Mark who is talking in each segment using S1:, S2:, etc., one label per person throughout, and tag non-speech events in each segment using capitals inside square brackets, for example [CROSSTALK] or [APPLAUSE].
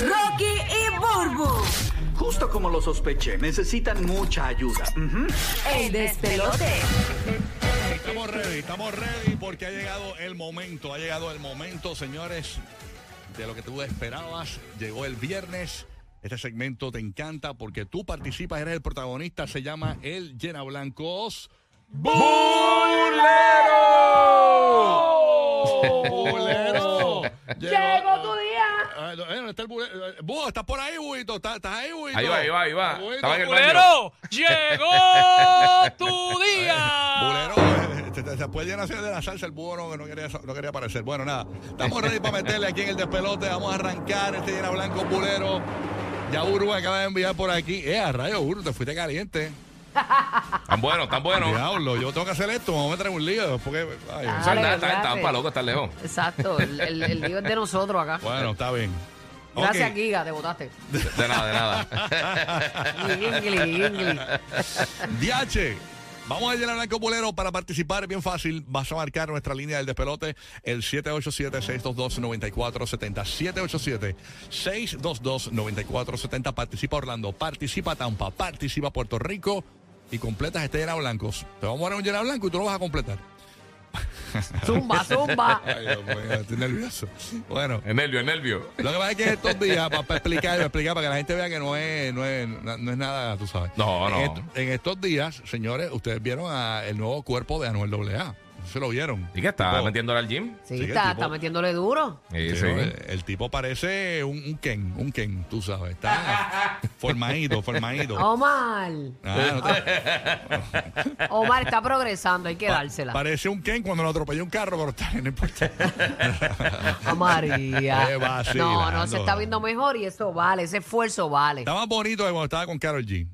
S1: Rocky y Burbu.
S2: Justo como lo sospeché, necesitan mucha ayuda. Ujú.
S1: El despelote.
S3: Estamos ready, estamos ready porque ha llegado el momento, ha llegado el momento, señores, de lo que tú esperabas. Llegó el viernes. Este segmento te encanta porque tú participas, eres el protagonista. Se llama El Llena Blancos. [LAUGHS] ¡Bulero!
S4: Llegó tu día.
S3: Ah, no, eh, no está el bulero. Eh, Búho, estás por ahí, Buito. ¿Estás, estás ahí, Buito.
S5: Ahí va, ahí va, ahí va.
S3: Buito,
S5: Estaba en el
S3: bulero.
S5: baño.
S6: Pero llegó tu día.
S3: [LAUGHS] Bulero, eh, se- se- se puede llenar de la salsa el búho, no, no quería, no quería aparecer. Bueno, nada, estamos ready para meterle aquí en el despelote. Vamos a arrancar este llena blanco bulero. Ya Uru me acaba de enviar por aquí. Eh, a rayo, Uru, te fuiste caliente.
S5: Tan bueno, tan bueno.
S3: Diablo, yo tengo que hacer esto, me voy a meter en un lío. Porque, ay,
S4: Ah.
S5: Esa
S4: Dale,
S5: nada, está en
S4: dale.
S5: Tampa, loco, está lejos.
S4: Exacto, el, el, el lío es de nosotros acá.
S3: bueno, está bien.
S4: Gracias,
S3: Ok.
S4: Giga, te votaste.
S5: De, de nada, de
S3: [LAUGHS]
S5: nada.
S4: Ingli, Ingli.
S3: DH. Vamos a llenar blanco bolero para participar. Bien fácil. Vas a marcar nuestra línea del despelote, el 787-622-9470. 787-622-9470. Participa Orlando, participa Tampa, participa Puerto Rico y completas este llena blancos. Te vamos a poner un llena blanco y tú lo vas a completar.
S4: Zumba, zumba.
S3: Ay, Dios mío, estoy nervioso. Bueno.
S5: El nervio, el nervio.
S3: Lo que pasa es que estos días, para, explicar, para explicar, para que la gente vea que no es, no es, no es nada, tú sabes.
S5: No,
S3: en
S5: no.
S3: est- en estos días, señores, ustedes vieron a el nuevo cuerpo de Anuel AA. No sé si lo vieron.
S5: ¿Y qué está?
S3: Tipo,
S5: ¿Metiéndole al gym?
S4: Sí,
S3: Sí, el
S4: está,
S3: tipo-
S4: está metiéndole duro.
S5: Sí,
S3: Oh. sí,
S5: sí.
S3: ¿no? eh, El, el tipo parece un, un Ken, un Ken, tú sabes. Está formadito, formadito.
S4: Oh, Omar.
S3: Ah, no te-
S4: Omar está progresando, hay que dársela.
S3: parece un Ken cuando lo atropelló un carro, pero está, no importa.
S4: A María.
S3: [LAUGHS] Qué vacilando.
S4: No, no, se está viendo mejor y eso vale, ese esfuerzo vale.
S3: Está más bonito que cuando estaba con Carol G.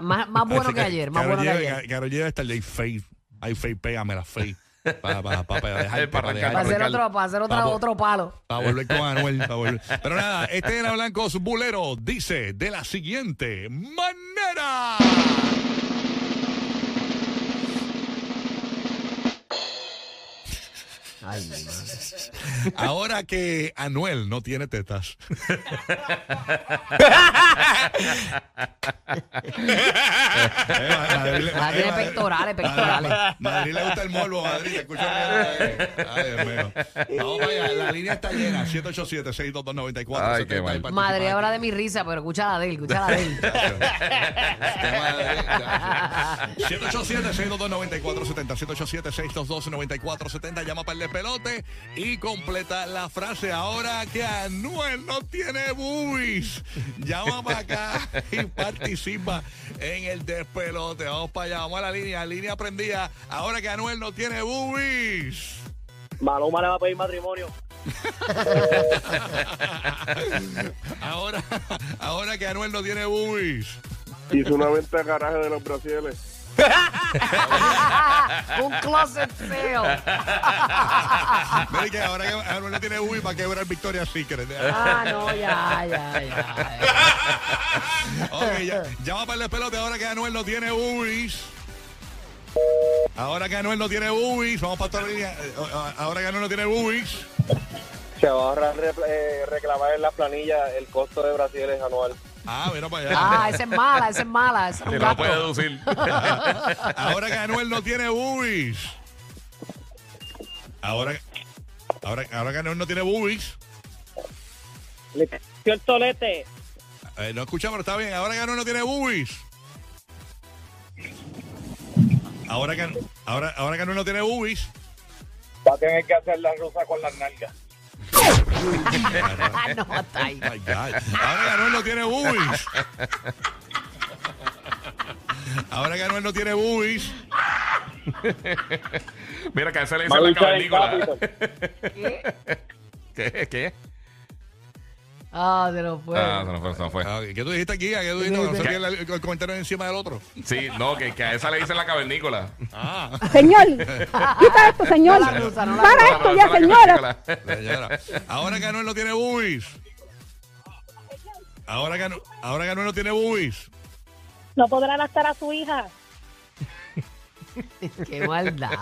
S4: Más, más bueno
S3: Así
S4: que ayer, más
S3: Karol
S4: bueno que
S3: G-
S4: ayer.
S3: Karol G debe estar de fake. Ay, fake, pégame la fake.
S4: [LAUGHS]
S3: Para, para, para, para, dejar-
S5: Para
S3: para dejar-
S4: Para hacer
S5: Ricardo.
S4: otro, para hacer otra-
S3: Vamos.
S4: otro palo.
S3: para volver con Anuel. para volver. Pero nada, este era Blancos Bulero dice de la siguiente manera.
S4: Ay, mi madre.
S3: Ahora que Anuel no tiene tetas.
S4: Ah, tiene pectorales, pectorales.
S3: Ah, [LAUGHS] Madrid le gusta el morbo, Madrid. Te escucho. eh, Ay, Dios mío. Vamos para allá, la línea está llena. 787 622
S5: Ay, qué mal.
S4: Madre ahora de mi risa, pero escucha la de él, escucha la de él.
S3: 787-622-9470. 787-622-9470. Llama para el pelote y completa la frase. Ahora que Anuel no tiene boobies, llama para acá y participa en el despelote. Vamos para allá, vamos a la línea, línea prendida. Ahora que Anuel no tiene boobies.
S7: Maluma le va a pedir matrimonio.
S3: Ahora, ahora que Anuel no tiene boobies.
S8: Hice una venta de garaje de los brasiles.
S4: [LAUGHS] Un closet feo.
S3: Mira que ahora que Anuel no tiene boobies, va a quebrar Victoria Secret.
S4: Ah, no, ya, ya, ya.
S3: [LAUGHS] Ok, ya, llama para el despelote ahora que Anuel no tiene boobies. Ahora que Anuel no tiene boobies, vamos para otra línea. Eh, ah, Ahora que Anuel no tiene boobies.
S8: Se va a ahorrar re- eh, reclamar en las planillas el costo de brasiles anual.
S3: Ah, mira para allá.
S4: Ah, esa es mala, esa es mala. Esa es
S5: Sí,
S4: un
S5: no lo
S4: gato.
S5: puede deducir. [LAUGHS]
S3: Ahora que Anuel no tiene boobies. Ahora, ahora, ahora que Anuel no tiene boobies.
S7: Le creció el tolete.
S3: Eh, no escucha, pero está bien. Ahora que Anuel no tiene boobies. Ahora que, ahora, ahora que Anuel no tiene boobies.
S8: Va a tener que hacer la rusa con las nalgas.
S4: Ah, no, está ahí.
S3: My God. Ahora que Anuel no tiene boobies. Ahora que Anuel no tiene boobies.
S5: Mira que a ese le
S8: Va a
S5: dicen la
S8: luchar en
S5: cavernícola.
S7: pues,
S8: Capitol.
S5: [LAUGHS] ¿Qué? ¿Qué?
S4: Ah, se lo fue.
S5: Ah, se nos fue, se nos fue.
S3: Ah, ¿Qué tú dijiste aquí? ¿A ¿Qué tú dijiste? No sé qué es la- el, comentario encima del otro.
S5: Sí, no, que, que a esa le dicen la cavernícola.
S3: Ah,
S9: Señor, quita esto, señor.
S4: No la cruza, no la
S9: [LAUGHS] Para
S4: cruza.
S9: esto ya,
S5: Esa es la
S9: señora.
S5: cavernícola. [LAUGHS]
S3: señora. Ahora que Anuel no tiene boobies. Ahora que, Anu- ahora que Anuel no tiene boobies.
S9: No podrá gastar a su hija.
S4: Qué maldad.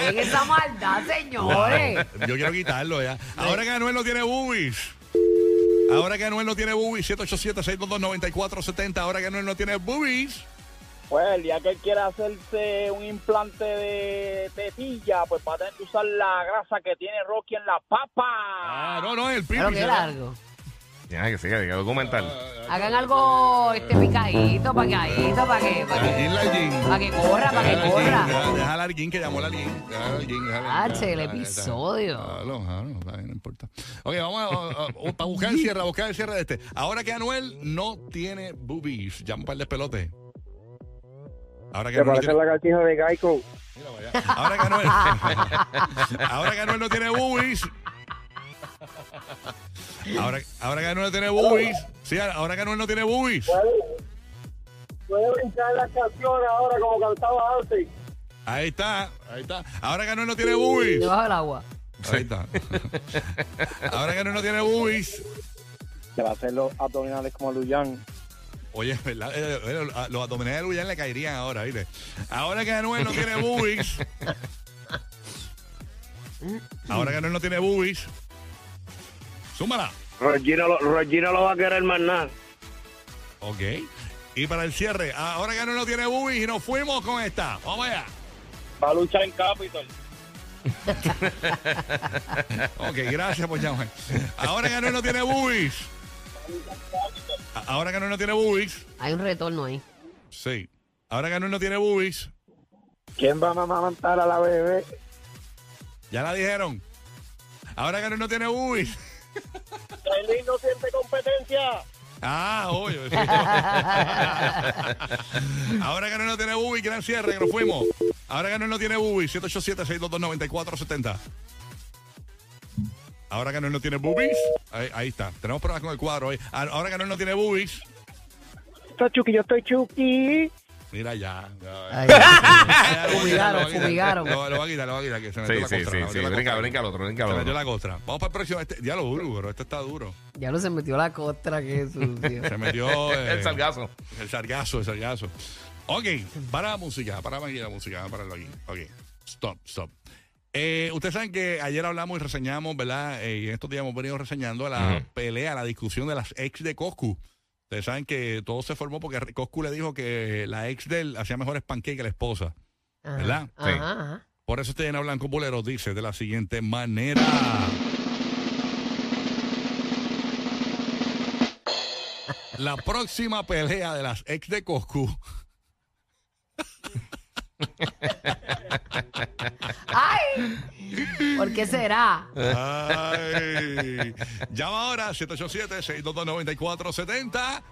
S4: En esa maldad,
S3: Wow.
S4: señores.
S3: Yo quiero quitarlo ya. Ahora que Anuel no tiene boobies. Ahora que Anuel no tiene boobies, 787-622-9470. Ahora que Anuel no tiene boobies.
S7: Pues el día que él quiera hacerse un implante de tetilla, pues va a tener que usar la grasa que tiene Rocky en la papa.
S3: Ah, no, no, el pipi.
S4: Claro que
S3: se
S4: era algo.
S5: Ya, que siga, que
S3: Ah,
S5: documental.
S4: Hagan algo este picadito, picadito, para que, para
S3: Larguín,
S4: que,
S3: larguín.
S4: para que corra, para
S3: Deja
S4: que
S3: al
S4: corra.
S3: Deja, deja al Larguín que llamó al Larguín. Deja al Larguín, deja al
S4: Ah,
S3: Larguín.
S4: che, el
S3: Ah, está.
S4: episodio.
S3: Ah, no, ah, no, está bien, no importa. Ok, vamos a, a- a- para buscar el cierre, a buscar el cierre de este. Ahora que Anuel no tiene boobies, llama un par de pelotes. Ahora que
S8: Te
S3: Anuel no
S8: parece
S3: tiene...
S8: la cartija de Geico.
S3: Mira para allá. Ahora que Anuel... [LAUGHS] ahora que Anuel no tiene boobies... Ahora, ahora que Anuel no tiene boobies... Sí, ahora que Anuel no tiene boobies...
S8: Puede brincar las canciones ahora como cantaba antes.
S3: Ahí está, ahí está. Ahora que Anuel no tiene boobies...
S4: Debajo del agua.
S3: Ahí está. [LAUGHS] Ahora que no, no tiene boobies.
S8: Te va a hacer los abdominales como Luyan.
S3: Oye, ¿verdad? Eh, eh, a- los abdominales de Luyan le caerían ahora, ¿viste? Ahora que Anuel no tiene boobies. Ahora que Anuel no tiene boobies. Súmala.
S8: Regina lo, Regina lo va a querer más nada.
S3: Ok. Y para el cierre, ahora que Anuel no tiene boobies y nos fuimos con esta. Vamos allá.
S7: Va a luchar en Capitol.
S3: Ok, gracias por llamar. Ahora que Anuel no tiene boobies. A- Ahora que Anuel no tiene boobies.
S4: Hay un retorno ahí.
S3: Sí. Ahora que Anuel no tiene boobies.
S8: ¿Quién va a mamantar a la bebé?
S3: Ya la dijeron. Ahora que no tiene boobies.
S7: Trailín no siente competencia.
S3: [LAUGHS] Ah, obvio.
S5: [LAUGHS]
S3: sí. Ahora que no tiene boobies, gran cierre, que nos fuimos. Ahora que no tiene boobies, 787-622-9470. Ahora que no tiene boobies. Ahí, ahí está. Tenemos problemas con el cuadro hoy. Ah, Ahora que no tiene boobies.
S8: Está Chucky, yo estoy Chucky.
S3: Mira ya. Ya,
S4: Ay,
S3: ya, lo voy a quitar, lo
S4: fumigaron,
S3: voy a quitar.
S4: fumigaron.
S3: Lo, lo voy a quitar, lo voy a quitar. Que se metió
S5: Sí,
S3: la
S5: sí,
S3: costra,
S5: sí,
S3: la
S5: sí.
S3: metió la
S5: Brinca,
S3: costra.
S5: brinca al otro,
S3: Se
S5: brinca al
S3: metió
S5: otro.
S3: la costra. Vamos para el próximo. Este, ya lo duro, bro. Este está duro.
S4: ya lo se metió la costra, qué sucio.
S3: Se
S5: [LAUGHS]
S3: metió. eh,
S5: [LAUGHS]
S3: [LAUGHS]
S5: El salgazo.
S3: El sargazo, el sargazo. Ok, para la música, para aquí la música, para aquí. Ok, stop, stop. Eh, Ustedes saben que ayer hablamos y reseñamos, ¿verdad? Eh, y en estos días hemos venido reseñando la
S5: Ujú.
S3: pelea, la discusión de las ex de Coscu. Ustedes saben que todo se formó porque Coscu le dijo que la ex de él hacía mejores pancakes que la esposa.
S4: Ajá,
S3: ¿Verdad?
S5: Sí.
S4: Ajá, ajá.
S3: Por eso Tena Blanco Bolero dice de la siguiente manera. La próxima pelea de las ex de Coscu.
S4: ¡Ay! ¿Por qué será?
S3: Ay. Llama ahora 787-622-9470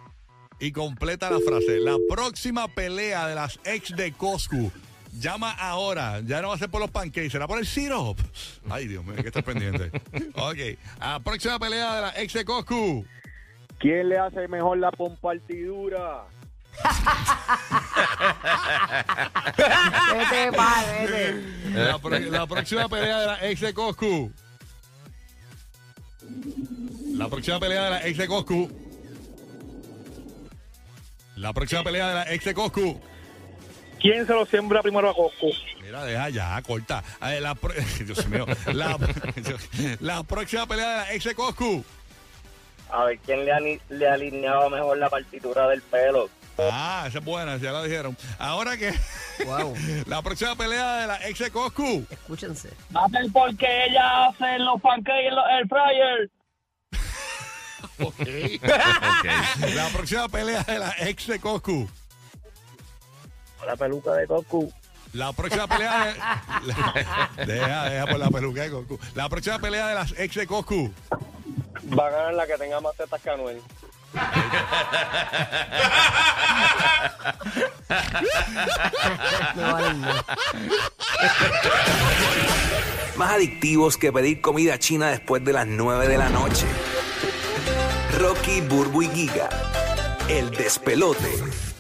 S3: y completa la frase. La próxima pelea de las ex de Coscu. Llama ahora. Ya no va a ser por los pancakes, será por el syrup. Ay, Dios mío, hay que estás pendiente. Ok. La próxima pelea de las ex de Coscu.
S8: ¿Quién le hace mejor la compartidura?
S4: Vete, pa, vete.
S3: La, pro- la próxima pelea de las ex de Coscu. La próxima pelea de las ex de Coscu. La próxima pelea de las ex de Coscu.
S7: ¿Quién se lo siembra primero a Coscu?
S3: Mira, deja ya, corta. A ver, la, pro- [LAUGHS] Dios mío. La, la próxima pelea de la ex de Coscu.
S7: A ver, ¿quién le, ani- le alineaba mejor la partitura del pelo?
S3: Ah, esa es buena, ya la dijeron. Ahora que.
S4: Wow.
S3: La próxima pelea de la ex de Coscu.
S4: Escúchense.
S7: Va a ser porque ella hace los pancakes en los air fryer.
S5: Ok.
S3: La próxima pelea de la ex de Coscu.
S7: La peluca de Coscu.
S3: La próxima pelea de. la- deja, deja por la peluca de Coscu. La próxima pelea de las ex de Coscu.
S8: Va a ganar la que tenga más tetas que Anuel.
S4: No valen nada.
S10: Más adictivos que pedir comida china después de las 9 de la noche. Rocky, Burbu y Giga. El despelote.